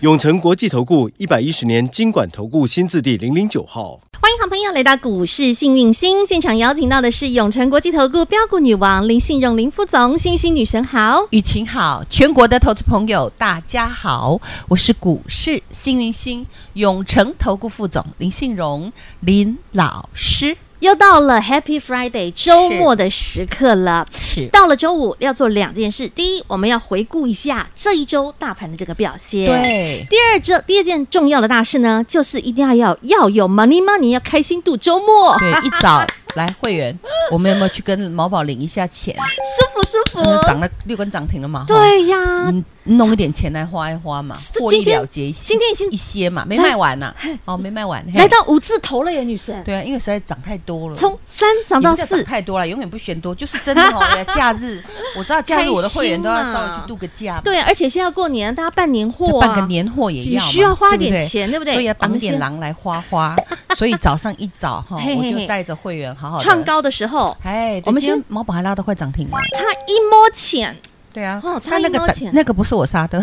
永诚国际投顾一百一十年金管投顾新字第零零九号，欢迎好朋友来到股市幸运星现场，邀请到的是永诚国际投顾标股女王林信荣林副总，幸运星女神好。雨晴好，全国的投资朋友大家好，我是股市幸运星永诚投顾副总林信荣林老师，又到了 Happy Friday 周末的时刻了，是到了周五要做两件事，第一，我们要回顾一下这一周大盘的这个表现。。对，第二这第二件重要的大事呢，就是一定要要要有 money money，要开心度周末，对，一早来会员，我们有没有去跟毛宝领一下钱？舒服舒服我。们涨了六根涨停了嘛？哈。对啊呀，嗯，弄一点钱来花一花嘛，这获利今天了结一些，今天已经一些嘛，没卖完呐、哦，没卖完，嘿来到五字头了耶，女神，对啊，因为实在涨太多了，从三涨到你们这四涨，太多了，永远不嫌多，就是真的 哦。哎呀假日我知道假日我的会员都要稍微去度个假嘛，对，而且现在过年，大家办年那货啊，办个年货也要嘛，也需要花对不对点钱对不对所以要我挡们先点狼来花花。所以早上一早哈，嘿嘿我嘿就带着会员好好地创。高的时候，哎，我我们们今天先毛宝还拉到快涨停了。差一毛钱，对啊哦，差但一那个毛等钱那个不是我杀 的，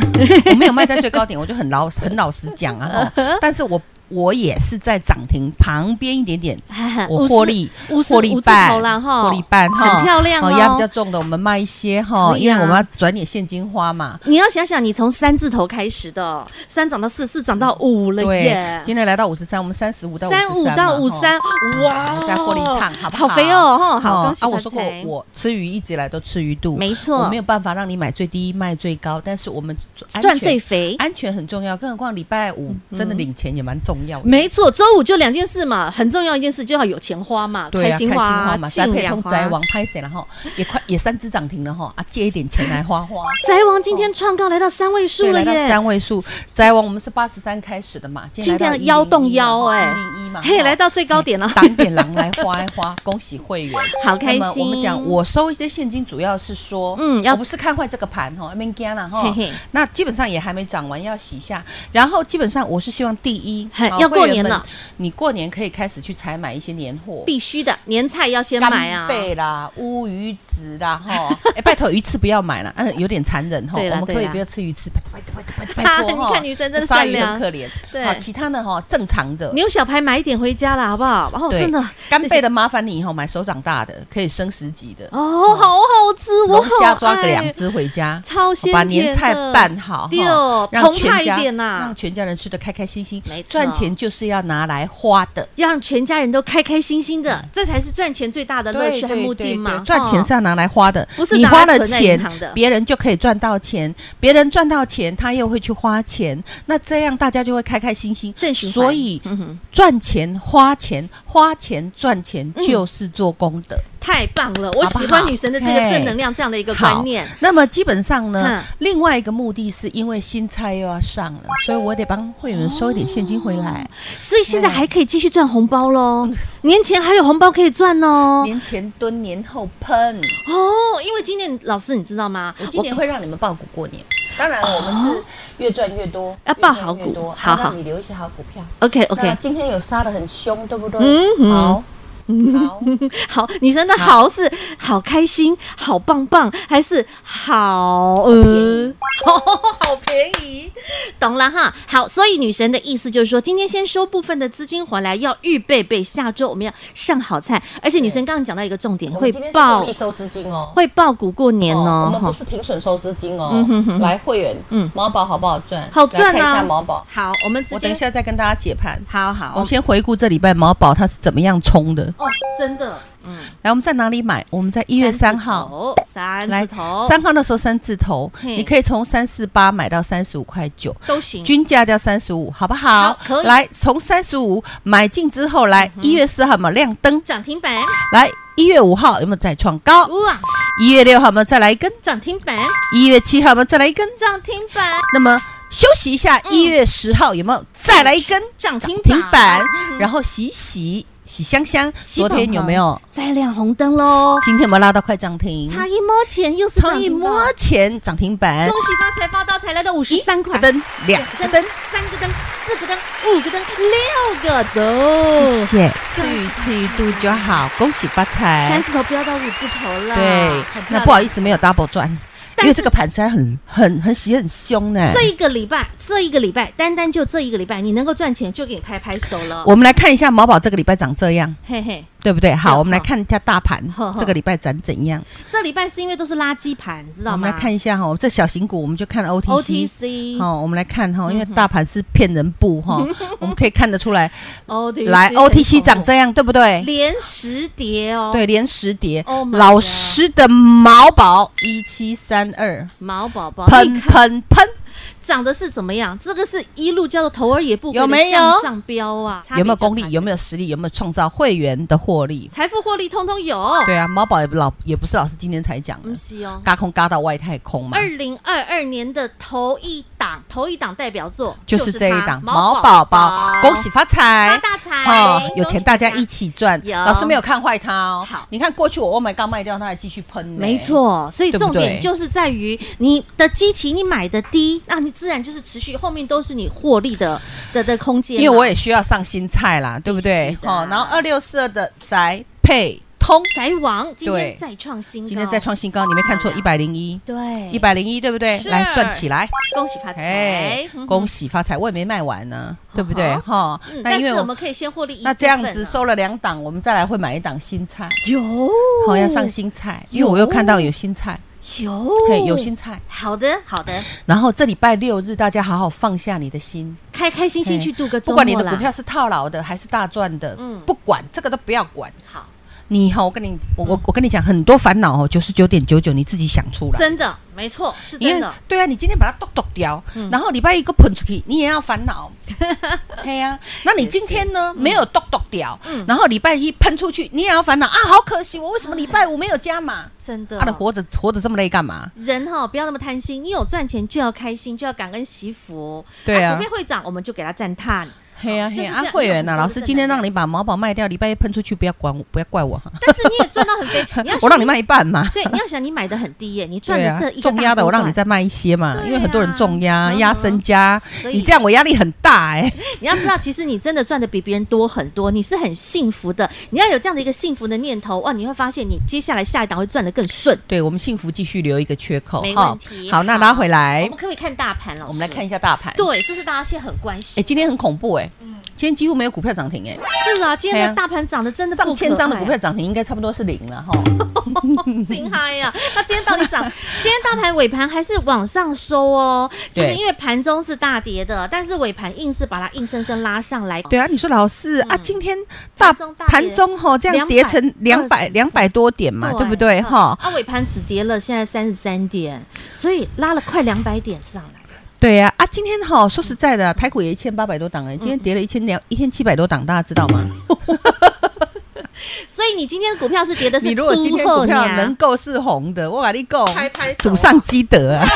我没有卖在最高点，我就很老很老实讲啊。哈但是我我也是在涨停旁边一点点，我获利啊 五十获利半五字头啦哈获利半哈，很漂亮哦压比较重的我们卖一些哈，可以啊因为我们要转点现金花嘛。你要想想，你从三字头开始的，三涨到四，四涨到五了对耶，，今天来到五十三，我们三十五到三五53到嘛五，三哈，哇，再获利一趟，好不好？好肥哦，哈，好，哦恭喜啊！我发说过财，我吃鱼一直以来都吃鱼肚，没错我没有办法让你买最低卖最高，但是我们安全赚最肥。嗯安全很重要，更何况礼拜五真的领钱也蛮重要的。没错，周五就两件事嘛，很重要一件事就要有钱花嘛，对啊，开心心花嘛，宅庆配良通花。宅王拍谁了哈？也快也三只涨停了哈啊！借一点钱来花花，宅王今天创高来到三位数对，了来到耶，三位数。宅王我们是八十三开始的嘛，今今天天腰动腰哎零一嘛，嘿，哈来到最高点了，挡点狼来花一花，恭喜会员。好 开那么心。我们讲，我收一些现金，主要是说，嗯要我不是看坏这个盘哈，没惊了哈嘿嘿。那基本上也还没涨完，要洗一下。然后基本上我是希望第一嘿，啊要过年，会员们了你过年可以开始去采买一些年货。必须的，年菜要先干买啊。贝啦、乌鱼子啦，哈， 哎，拜托鱼翅不要买了，嗯，有点残忍哈，对啦我们可对以啦不要吃鱼翅，拜托拜托 拜托拜哈托哈。你看女生真的鲨善鱼良很可怜，对好，其他的哈正常的，牛小排买一点回家啦，好不好？哦，对真的干贝的麻烦你以后买手掌大的，可以升十级的。哦，好好吃，我龙好虾抓个爱两，只回家，超鲜甜的把年菜办好，对哦澎哈让湃全一家点呐让全家人吃的开开心心没。错赚钱就是要拿来花的，让全家人都开开心心的，这才是赚钱最大的乐趣和目的嘛。嗯对赚钱是哦要拿来花的，不是你拿来花了存在钱银行的，别人就可以赚到钱，别人赚到钱，他又会去花钱，那这样大家就会开开心心。正循环所以嗯哼赚钱、花钱、花钱赚钱就是做功德。太棒了，我好不好喜欢女神的这个嘿正能量这样的一个观念好。那么基本上呢嗯，另外一个目的是因为新菜又要上了，所以我得帮会员收一点现金回来。所以现在还可以继续赚红包 喽，年前还有红包可以赚哦。年前蹲，年后喷。哦，因为今年老师你知道吗？我今年会让你们报股过年，当然我们是越赚越多，哦要报好股越赚越多啊好好让你留一些好股票。 OK 那 OK，今天有杀的很凶，对不对？嗯好，好， 好，女生的好是好开心、好棒棒，还是好呃，好便宜，懂了哈。好，所以女神的意思就是说，今天先收部分的资金回来，要预备备下周我们要上好菜。而且女生刚刚讲到一个重点，我会们今天是爆故意收资金哦。会爆股过年我哦，们哈不是停损收资金哦嗯哼哼，来会员，嗯嗯，毛宝好不好赚？好赚来看一啊下毛宝，好，我们直我等一接下再跟大家解盘。好我好们先回顾这礼拜毛宝它是怎么样冲的。哦，真的，嗯，来，我们在哪里买？我们在一月三号，三字头，三来字头三号那时候三字头，嘿你可以从三四八买到三十五块九，都行，均价叫三十五，好不好？好可以嗯来，从三十五买进之后，来一月四号有没有亮灯？涨停板，来一月五号有没有再创高？哇，一月六号有没有再来一根？涨停板，一月七号有没有再来一根？涨停板。那么休息一下，一月十号有没有再来一根涨嗯停停板嗯板？嗯然后洗一洗洗香香，洗昨天饱有饱没有？再亮红灯喽，今天有没有拉到快涨停？差一毛钱又是嗯从一摸涨前涨停停板板，恭喜发财发大财，来到五十三块个。灯，两个灯，、三个灯、四个灯、五个灯、六个谢灯，谢，吃鱼吃鱼肚就好，恭喜发财三。字头飙到五字头了。很对漂亮，那不好意思，没有 double 赚，但因为是这个盘实在很很很洗很凶呢。这一个礼拜，这一个礼拜，单单就这一个礼拜，你能够赚钱，就给你拍拍手了。我们来看一下毛宝这个礼拜长这样，嘿嘿，对不对？对好，我们来好看一下大盘呵呵这个礼拜涨怎样。这礼拜是因为都是垃圾盘，知道我吗？们来看一下哈，这小型股我们就看 OTC。 OTC，好，我们来看嗯哈，因为大盘是骗人布 哈，我们可以看得出来， ，OTC 来 OTC 长样，这样，对不对？连十叠哦，，对，连十叠 Oh，my 老 God 师的毛宝一七三二，毛宝宝喷你看喷喷，长得是怎么样？这个是一路叫做头儿也不回有的没有向上飙啊？有没有功力？差别就差有没有实力？有没有创造会员的获利？财富获利，通通有。对啊，毛宝也不老也不是老师今天才讲的不，是哦。嘎空嘎到外太空嘛，二零二二年的头一档，头一档代表作就是这一它档毛宝宝，恭喜发发财！大财，哦，有恭喜钱大家发一起赚。有老师没有看坏它哦。好你看过去我 Oh my God 卖掉，它还继续喷呢。没，错，所以对不重点对就是在于你的基期，你买的低，那你自然就是持续，后面都是你获利的的的空间了。啊因为我也需要上新菜啦，对不对必？须的哦，然后二六四二的宅配通，宅王今对天再创新高，今天再创新高，你没看错，一百零一，哦对一，百零一，对不对？是来赚起来，恭喜发哎财，，嗯恭喜。喜发财！我也没卖完呢，对不对？嗯哈嗯，那但因为是我我们可以先获利一部分那啊，这样子收了两档，我们再来会买一档新菜，有，好要上新菜，因为我又看到有新菜，有，嘿，有新菜。好的好的，然后这礼拜六日，大家好好放下你的心，开开心心嘿去度个周不末管你的啦股票是套牢的还是大赚的，嗯不管这个都不要管。好，你哈，我跟你我我我跟你讲，很多烦恼哦，九十九点九九，你自己想出来。真的没错，是因真为的。对啊，你今天把它剁剁掉，嗯然后礼拜一个喷出去，你也要烦 恼。对呀、那你今天呢没有剁剁掉，嗯然后礼拜一喷出去，你也要烦恼啊，好可惜，我为什么礼拜五没有加码？真的，他的活着活着这么累干嘛？人哈、不要那么贪心，你有赚钱就要开心，就要感恩惜福。对啊股票会涨，我们就给他赞叹。嘿呀哦嘿就是呀，这啊样会员呐，有很多老的师正今天能量让你把毛宝卖掉，礼拜一喷出去，不要管我，不要怪我哈，但是你也赚到很肥， 你要想我让你。卖一半嘛。对，你要想你买的很低耶，你赚对的啊是一，个大重压的波我让段你再卖一些嘛，对啊因为很多人重压嗯哼压身家，所以你这样我压力很大哎。你要知道，其实你真的赚的比别人多很多，你是很幸福的。你要有这样的一个幸福的念头，哇，你会发现你接下来下一档会赚的更顺。对我们幸福继续留一个缺口没哈问题好，那好拉回来我们，可不可以看大盘了？我们来看一下大盘。，对，嗯这是大家现在很关哎，心。今天很恐怖哎，今天几乎没有股票涨停哎，是啊，今哎天呀的大盘涨得真的上千张的股票。票涨停应该差不多是零了哈。惊嗨 呀！那今天到底涨？今天大盘尾盘还是往上收哦。其实对因为盘中是大跌的，但是尾盘硬是把它硬生生拉上来。对啊，你说老师啊，嗯今天大盘中大跌盘中哈这样跌成两百220两百多点嘛，对不对哈？啊，尾盘只跌了现在三十三点，所以拉了快两百点上来。对呀、啊，今天哈说实在嗯的，台股也一千八百多档哎，今天跌了一千两一千七百多档，大家知道吗？所以你今天的股票是跌的是你如果今天都后股票娘能够是红的，我跟你讲，拍拍手祖上积德啊。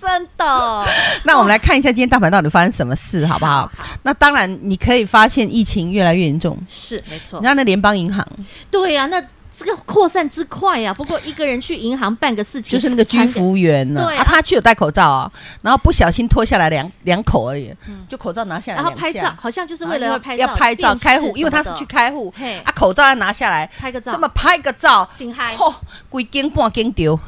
真的，那我们来看一下今天大盘到底发生什么事，好不好？那当然，你可以发现疫情越来越严重。是没错你。看那联邦银行，对呀、那这个扩散之快呀、不过一个人去银行办个事情，就是那个居传给服务员呢，对啊，啊他去有戴口罩啊，然后不小心脱下来两两口而已，就口罩拿下来嗯然两下，后拍照，好像就是然后为了因要拍照、要拍照辨识开户，因什么为他是的去开户嘿，啊，口罩要拿下来，拍个照，这么拍个照，惊嗨。嚯，鬼间半间丢，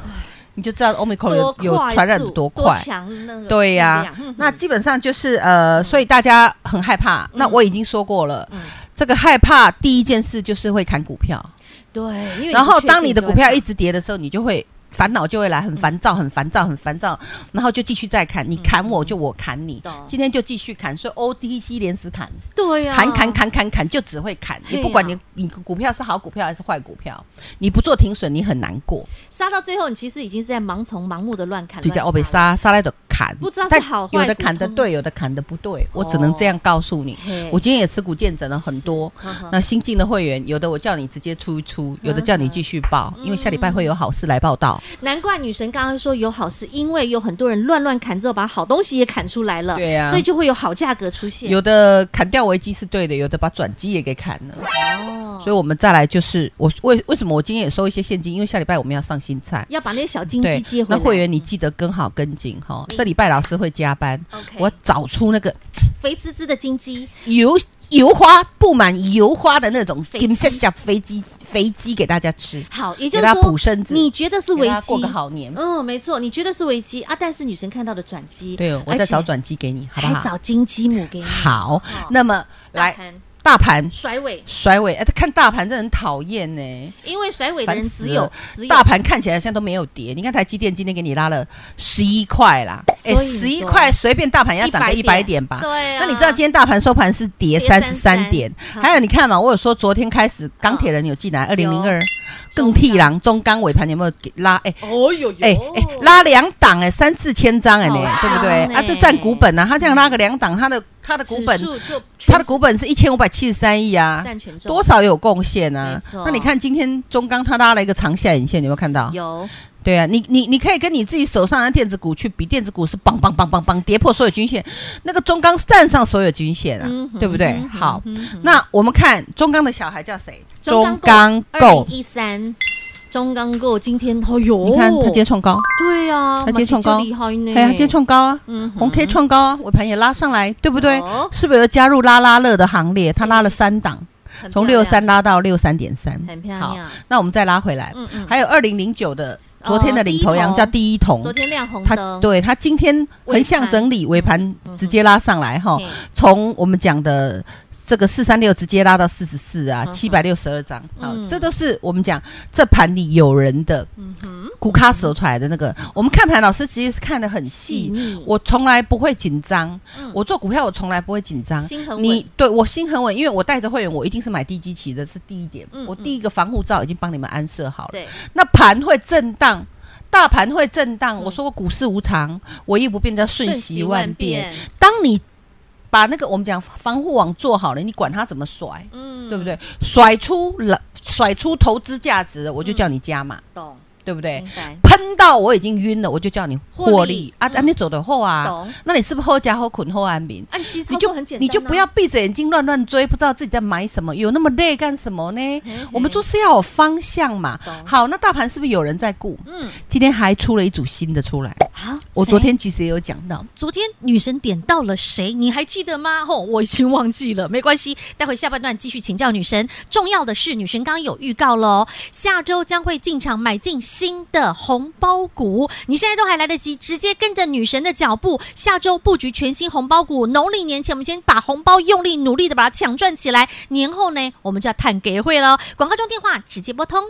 你就知道 Omicron 有多快有速传染多快。强那个对呀、力量嗯那基本上就是呃，所以大家很害怕。嗯那我已经说过了，这个害怕第一件事就是会砍股票，对，因为然后当你你的不确定股票就会一直跌的时候，你就会烦恼就会来，很烦躁，很烦躁，很烦躁，然后就继续再砍，你砍我就我砍你懂，今天就继续砍，所以 OTC 连死砍，对啊呀、砍砍砍砍砍就只会砍，嘿也呀不管你你股票是好股票还是坏股票，你不做停损你很难过，杀到最后，你其实已经是在盲从、盲目的乱砍，就叫乱欧被了。杀杀来的砍，不知道是但好坏有的砍股的通对，有的砍的不对，我只哦能这样告诉你嘿。我今天也持股见证了很多是呵呵，那新进的会员，有的我叫你直接出一出，有的叫你继续报，因为下礼拜会有好事来报道。难怪女神刚刚说有好，是因为有很多人乱乱砍之后，把好东西也砍出来了，对啊所以就会有好价格出现。有的砍掉危机是对的，有的把转机也给砍了。哦，所以我们再来就是我为为什么我今天也收一些现金，因为下礼拜我们要上新菜。要把那些小金鸡对接，回那来。会员你记得跟好跟进哈。嗯这礼拜老师会加班 OK 我找出那个肥滋滋的金鸡，油油花布满油花的那种肥金闪闪肥鸡肥鸡给大家吃，好，也就给是大家说补，身子，你觉得是危给大家机过个？好年。嗯，没错，你觉得是危机啊？但是女神看到的转机，对，我而再且找转机给你，好不还好？找金鸡母给你好好，那么大来盘哦大盘甩尾，甩尾，哎，看大盘真的很讨厌呢。因为甩尾的烦人死只有了只有大盘看起来现在都没有跌，你看台积电今天给你拉了十一块啦，所以哎，你十一块随便大盘要涨个一百点吧。对啊，那你知道今天大盘收盘是跌跌三十三点， 33还有你看嘛，我有说昨天开始钢铁人有进来，哦二零零二更替狼中钢尾盘有没有给拉？哎、哦呦呦，哎哎，拉两档哎，三四千张哎呢好啊，对不对？呢啊，这占股本啊，他这样拉个两档，他的他的股本嗯指，数就他的股本是一千五百七十三亿啊，占权重多少有贡献啊没错？那你看今天中钢它拉了一个长下影线，你有没有看到？有对啊，你你你可以跟你自己手上的电子股去比，电子股是棒棒棒棒棒跌破所有均线，那个中钢站上所有均线啊，嗯哼对不对？嗯哼好，嗯哼那我们看中钢的小孩叫谁？中钢钢二一三中钢构今天，哦呦，你看它接创高，对啊，它接创高马上就厉害呢，哎呀，它接创高啊，嗯哼哦红 K 创高啊，尾盘也拉上来，对不对有？是不是有加入拉拉乐的行列？它拉了三档，嗯很从漂六亮三拉到六三点三，很漂好亮，那我们再拉回来，嗯嗯还有二零零九的昨天的领头羊哦叫第一桶，昨天亮红它灯，嗯对它今天横向整理，尾盘直接拉上来哈嘿，从我们讲的。这个四三六直接拉到四十四啊，嗯七百六十二张啊嗯，这都是我们讲这盘里有人的嗯哼，嗯股卡手出来的那个。我们看盘，老师其实是看得很细，细腻，我从来不会紧张嗯，我做股票我从来不会紧张。心很稳你，对我心很稳，因为我带着会员，我一定是买低基期的，是第一点嗯。我嗯第一个防护罩已经帮你们安设好了。对，那盘会震荡，大盘会震荡。嗯我说过股市无常，唯一不变叫瞬息万变。瞬息万变，当你把那个我们讲防护网做好了，你管它怎么甩，嗯对不？对？甩出了，甩出投资价值了，我就叫你加码，懂，对不对明？白，喷到我已经晕了，我就叫你嗯获获利利啊！嗯啊，你走得后啊，懂。那你是不是后加后捆后安民？按期操你作就很简单啊，你就不要闭着眼睛乱乱追，不知道自己在买什么，有那么累干什么呢嘿嘿？我们做事要有方向嘛嗯懂。好，那大盘是不是有人在顾？嗯今天还出了一组新的出来，好。我谁昨天其实也有讲到，哦昨天女神点到了谁？你还记得吗？ 吼、我已经忘记了，没关系，待会下半段继续请教女神。重要的是，女神刚刚有预告了哦，下周将会进场买进新的红包股，你现在都还来得及，直接跟着女神的脚步，下周布局全新红包股。农历年前，我们先把红包用力努力的把它抢赚起来，年后呢，我们就要探给会喽。广告中电话直接拨通。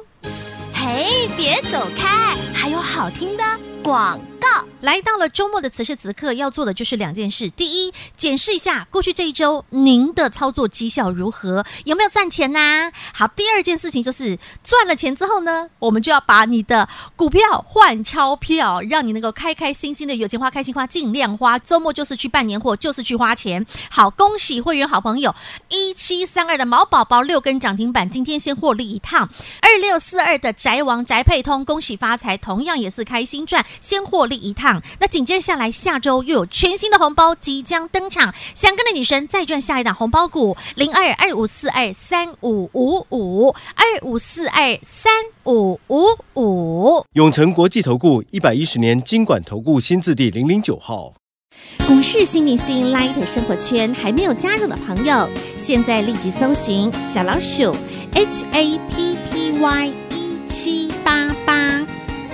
嘿，别走开，还有好听的广告。来到了周末的此时此刻，要做的就是两件事：第一，检视一下过去这一周您的操作绩效如何，有没有赚钱呐、好，第二件事情就是赚了钱之后呢，我们就要把你的股票换钞票，让你能够开开心心的有钱花、开心花，尽量花。周末就是去办年货，就是去花钱。好，恭喜会员好朋友一七三二的毛宝宝六根涨停板，今天先获利一趟。二六四二的宅王宅配通，恭喜发财，同样也是开心赚，先获利一趟。那紧接着下来，下周又有全新的红包即将登场，想跟着女神再赚下一档红包股，零二二五四二三五五五二五四二三五五五。永诚国际投顾一百一十年金管投顾新字第零零九号。股市新明星 Light 生活圈还没有加入的朋友，现在立即搜寻小老鼠 HAPPY 一七八八，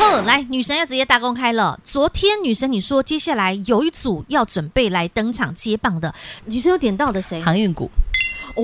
哦，来，女神要直接大公开了。昨天女神你说接下来有一组要准备来登场接棒的，女神有点到的谁？航运股、哦，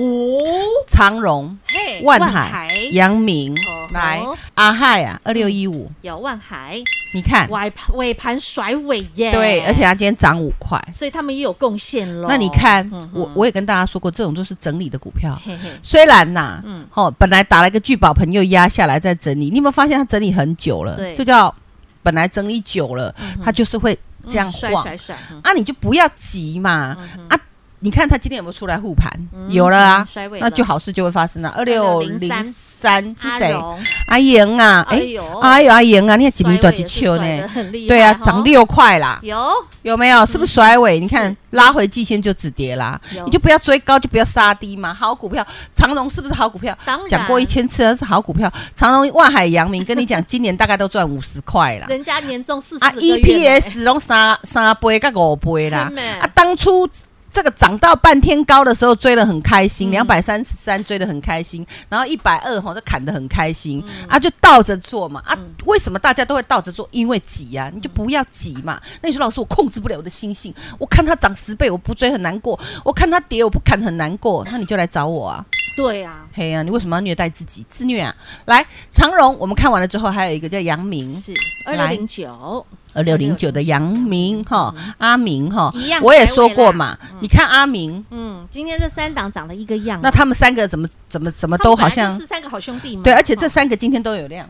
长荣、嘿万海、阳明哦、嗯来阿亥啊，二六一五，有万海你看，尾尾盘甩尾耶，对，而且它今天涨五块。所以他们也有贡献喽。那你看嗯，哼我我也跟大家说过，这种就是整理的股票。嘿嘿，虽然呐，嗯嗯，好，本来打了一个聚宝盆又压下来再整理，你有没有发现它整理很久了？对就叫本来整理久了，它就是会这样嗯甩晃甩甩，嗯啊，你就不要急嘛嗯啊！你看它今天有没有出来护盘嗯？有了啊甩尾，了那就好事就会发生了。二六零三是阿谁？荣阿莹啊，哎哎呦，哎呦，阿莹啊，你看几米甩短尾几也是秋甩得呢？很厉害，对啊，吼涨六块啦。有嗯有没有？是不是甩尾？你是看拉回季线就止跌啦有，你就不要追高，就不要杀低嘛。好股票，长荣是不是好股票？当然讲过一千次了，啊是好股票。长荣、万海、阳明，跟你讲，今年大概都赚五十块 啦。人家年终四十啊，EPS 拢三三倍到五倍啦真的。啊，当初这个涨到半天高的时候追得很开嗯心，两百三十三追得很开心，然后一百二吼都砍得很开心，嗯啊，就倒着做嘛。啊，为什么大家都会倒着做？因为急啊，你就不要急嘛。那你说老师，我控制不了我的心性，我看它涨十倍我不追很难过，我看它跌我不砍很难过，那你就来找我啊。对啊，嘿啊，你为什么要虐待自己？自虐啊！来，长荣，我们看完了之后，还有一个叫阳明，是二六来零九，嗯二六零九的阳明哈，阿明哈一样，我也说过嘛，你看阿明，嗯，今天这三档涨了一个样啊，那他们三个怎么怎么怎么都他好们本来像就是三个好兄弟嘛，对，而且这哈三个今天都有量，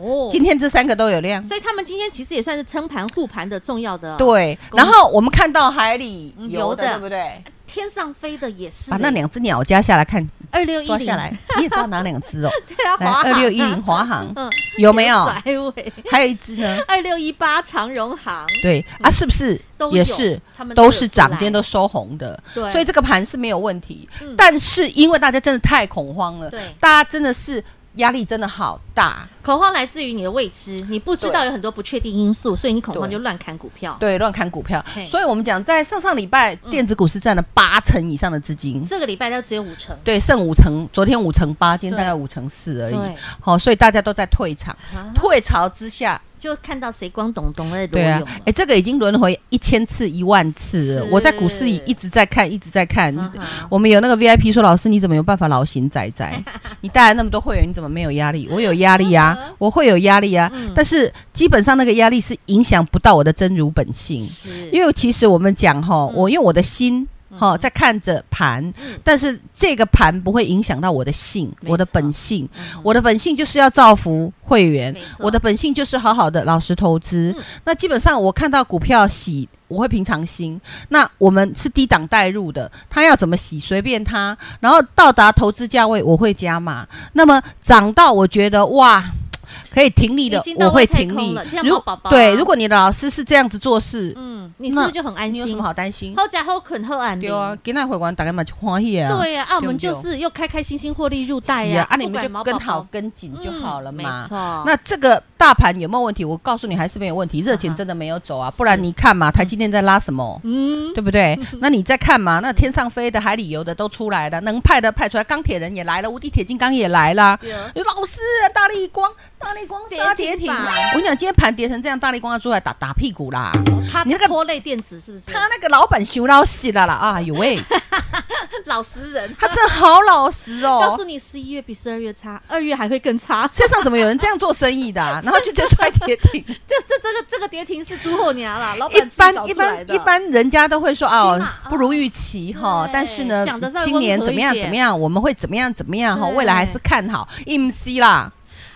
哦，今天这三个都有量，所以他们今天其实也算是撑盘护盘的重要的，，对。恭喜然后我们看到海里嗯游的，游的对不对？天上飞的也是欸把啊那两只鸟加下来看，二六一抓零下来，你也知道哪两只哦？ 对啊，来，华航二六一零，华航 嗯，有没有？甩尾，还有一只呢？二六一八长荣行，对啊，是不是嗯都有也是他们都有都是涨，出来今天都收红的，对所以这个盘是没有问题嗯。但是因为大家真的太恐慌了对，大家真的是压力真的好大，恐慌来自于你的未知，你不知道有很多不确定因素，所以你恐慌对就乱砍股票，对，乱砍股票嘿。嗯所以我们讲，在上上礼拜电子股是占了八成以上的资金。这个礼拜都只有五成，对，剩五成，昨天五成八，今天大概五成四而已对。好、所以大家都在退场，啊退潮之下，就看到谁光懂懂在裸对啊泳了，，哎，这个已经轮回一千次、一万次了。是我在股市里一直在看，一直在看。嗯哼我们有那个 VIP 说，老师你怎么有办法劳形载载？ 你带来那么多会员，你怎么没有压力？我有压力呀、啊，我会有压力呀、啊。嗯但是基本上那个压力是影响不到我的真如本性，是嗯因为其实我们讲哈，我用我的心。哈，在看着盘，但是这个盘不会影响到我的性，没错嗯我的本性，我的本性就是要造福会员没错，嗯我的本性就是好好的老实投资。那基本上我看到股票洗，我会平常心。那我们是低档带入的，他要怎么洗随便他，然后到达投资价位我会加码。那么涨到我觉得哇。可以停利已的经，到我会外太停空利了就。像如猫宝宝啊对，如果你的老师是这样子做事，嗯，你是不是就很安你有什心么？好担心？后加后捆后安对定。啊，给那回完大概嘛就欢喜啊。对呀，啊，我对们不对就是又开开心心获利入袋是呀啊，，啊不你们管就毛跟宝好宝跟紧就嗯好了嘛。没错，那这个大盘有没有问题？我告诉你还是没有问题，热钱真的没有走啊，不然你看嘛，台积电在拉什么？嗯，对不对？那你再看嘛，那天上飞的、海里游的都出来了，能派的派出来，钢铁人也来了，无敌铁金刚也来啦。对啊有老师啊，大力光，大力光杀跌跌停停板。哦我跟你讲，今天盘跌成这样，大力光要出来打打屁股啦。他你那个拖累电子是 不是？他那个老板熊老实了啦，啊 有喂，老实人，他真好老实告哦诉。你十一月比十二月差，二月还会更差。 世上怎么有人这样做生意的啊、然后就直接出来跌停？这这这个这个跌停是朱后娘 啦， 老板一自己搞般出一般来的一般人家都会说起哦码，不如预期哈对，但是呢讲得再，今年温和怎么样一点怎么样，我们会怎么样怎么样哈，对未来还是看好 MC 啦。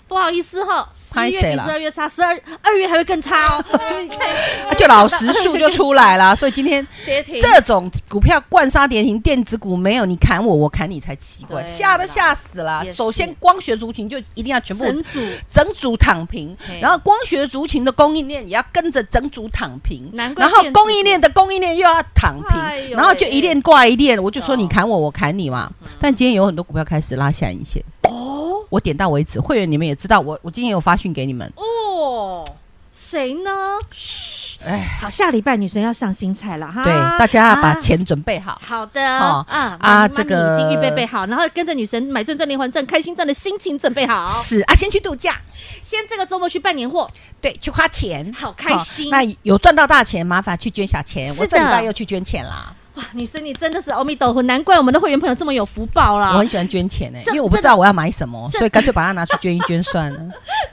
不好意思哈，十一拍月谁比啦十二月差，十二二月还会更差 哦。你看啊就老实数就出 来了，所以今天跌停，这种股票灌杀跌停，电子股没有你砍我，我砍你才奇怪，对吓都吓死了也。是首先，光学族群就一定要全部神主整组躺平嘿，然后光学族群的供应链也要跟着整组躺平，难怪然后电子供应链的供应链又要躺哎呦平，然后就一链挂一链，我就说懂嗯你砍我，我砍你嘛。但今天有很多股票开始拉下影线，哦，我点到为止。会员你们也知道，我我今天有发讯给你们，哦，谁呢？嘘，哎，好，下礼拜女神要上新菜了哈。对，大家要把啊钱准备好。好的，哦啊啊妈咪这个妈咪已经预备备好，然后跟着女神买赚赚连环赚，开心赚的心情准备好，是啊，先去度假，先这个周末去办年货，对，去花钱，好开心哦那有赚到大钱，麻烦去捐小钱。是的我这礼拜又去捐钱啦，哇，女神你真的是阿弥陀佛，难怪我们的会员朋友这么有福报我啦很！喜欢捐钱哎、这因为我不知道我要买什么，所以干脆把它拿去捐一捐算了。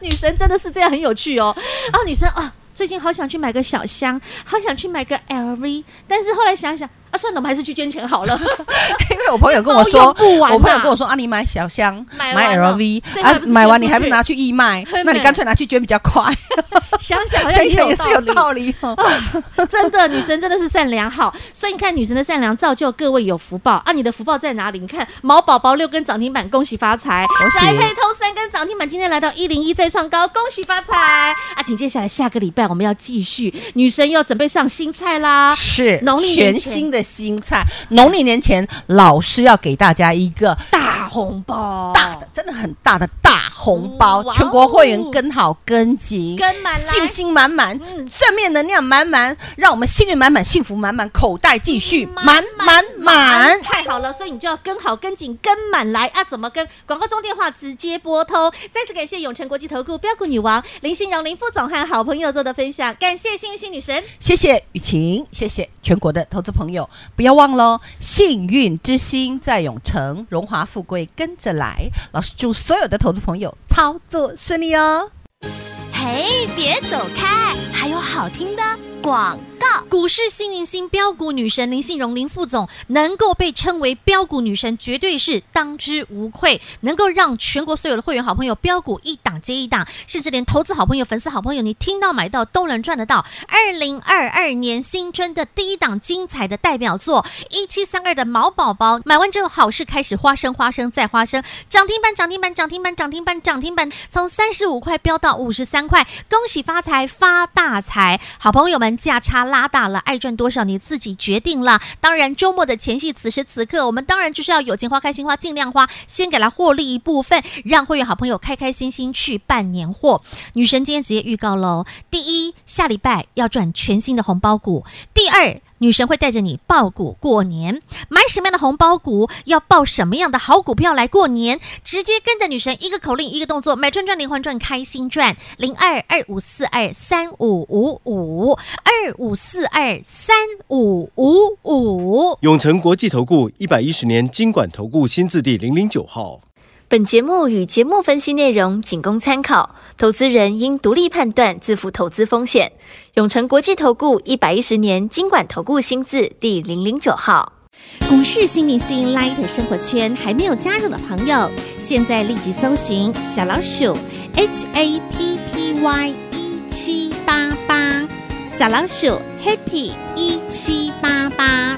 女神真的是这样很有趣哦。啊，女神啊，最近好想去买个小箱，好想去买个 LV，但是后来想想啊，算了，我们还是去捐钱好了。 因为我朋友跟我说，包用不完啊我朋友跟我说啊，你买小箱，买买完了 LV 最后还啊不，是买完捐出你还不去拿去义 卖对，那你对干脆拿去捐比较快。想 想好像想想也也是有理。道理 哦。真的，女神真的是善良好，所以你看女神的善良造就各位有福报啊！你的福报在哪里？你看毛宝宝六根涨停板，恭喜发财！喜宅配通三根涨停板，今天来到一零一再创高，恭喜发财啊！紧接下来下个礼拜我们要继续，女神要准备上新菜啦。是农历年全前新的新菜，农历年前老师要给大家一个大红包，大的，真的很大的大红包，哦哇哦全国会员跟好跟紧，跟满来信心满满，嗯正面能量满满，让我们幸运满满，幸福满满，口袋继续满满满满。太好了，所以你就要跟好、跟紧、跟满来啊！怎么跟？广告中电话直接拨通。再次感谢永诚国际投顾标股女王林信荣林副总和好朋友做的分享，感谢幸运星女神。谢谢雨晴，谢谢全国的投资朋友，不要忘喽！幸运之星在永城，荣华富贵跟着来。老师祝所有的投资朋友操作顺利哦。嘿，别走开，还有好听的广告。股市幸运星标股女神林信荣林副总能够被称为标股女神，绝对是当之无愧，能够让全国所有的会员好朋友标股一档接一档，甚至连投资好朋友、粉丝好朋友，你听到买到都能赚得到。二零二二年新春的第一档精彩的代表作一七三二的毛宝宝，买完之后好事开始，花生花生再花生，涨停板涨停板涨停板涨停板涨停板，从三十五块飙到五十三块，恭喜发财发大财！好朋友们，价差拉大了，爱赚多少你自己决定了。当然，周末的前夕，此时此刻，我们当然就是要有钱花、开心花，尽量花，先给它获利一部分，让会员好朋友开开心心去办年货。女神今天直接预告喽，第一，下礼拜要赚全新的红包股；第二。女神会带着你爆股过年，买什么样的红包股，要爆什么样的好股票来过年，直接跟着女神一个口令一个动作，买赚赚连环赚，开心赚零二二五四二三五五五二五四二三五五五。永诚国际投顾一百一十年金管投顾新字第零零九号。本节目与节目分析内容仅供参考，投资人应独立判断，自负投资风险。永诚国际投顾一百一十年经管投顾新字第零零九号。股市新明星 Light 生活圈还没有加入的朋友，现在立即搜寻小老鼠 HAPPY 一 E 七八八，小老鼠 Happy 一七八八，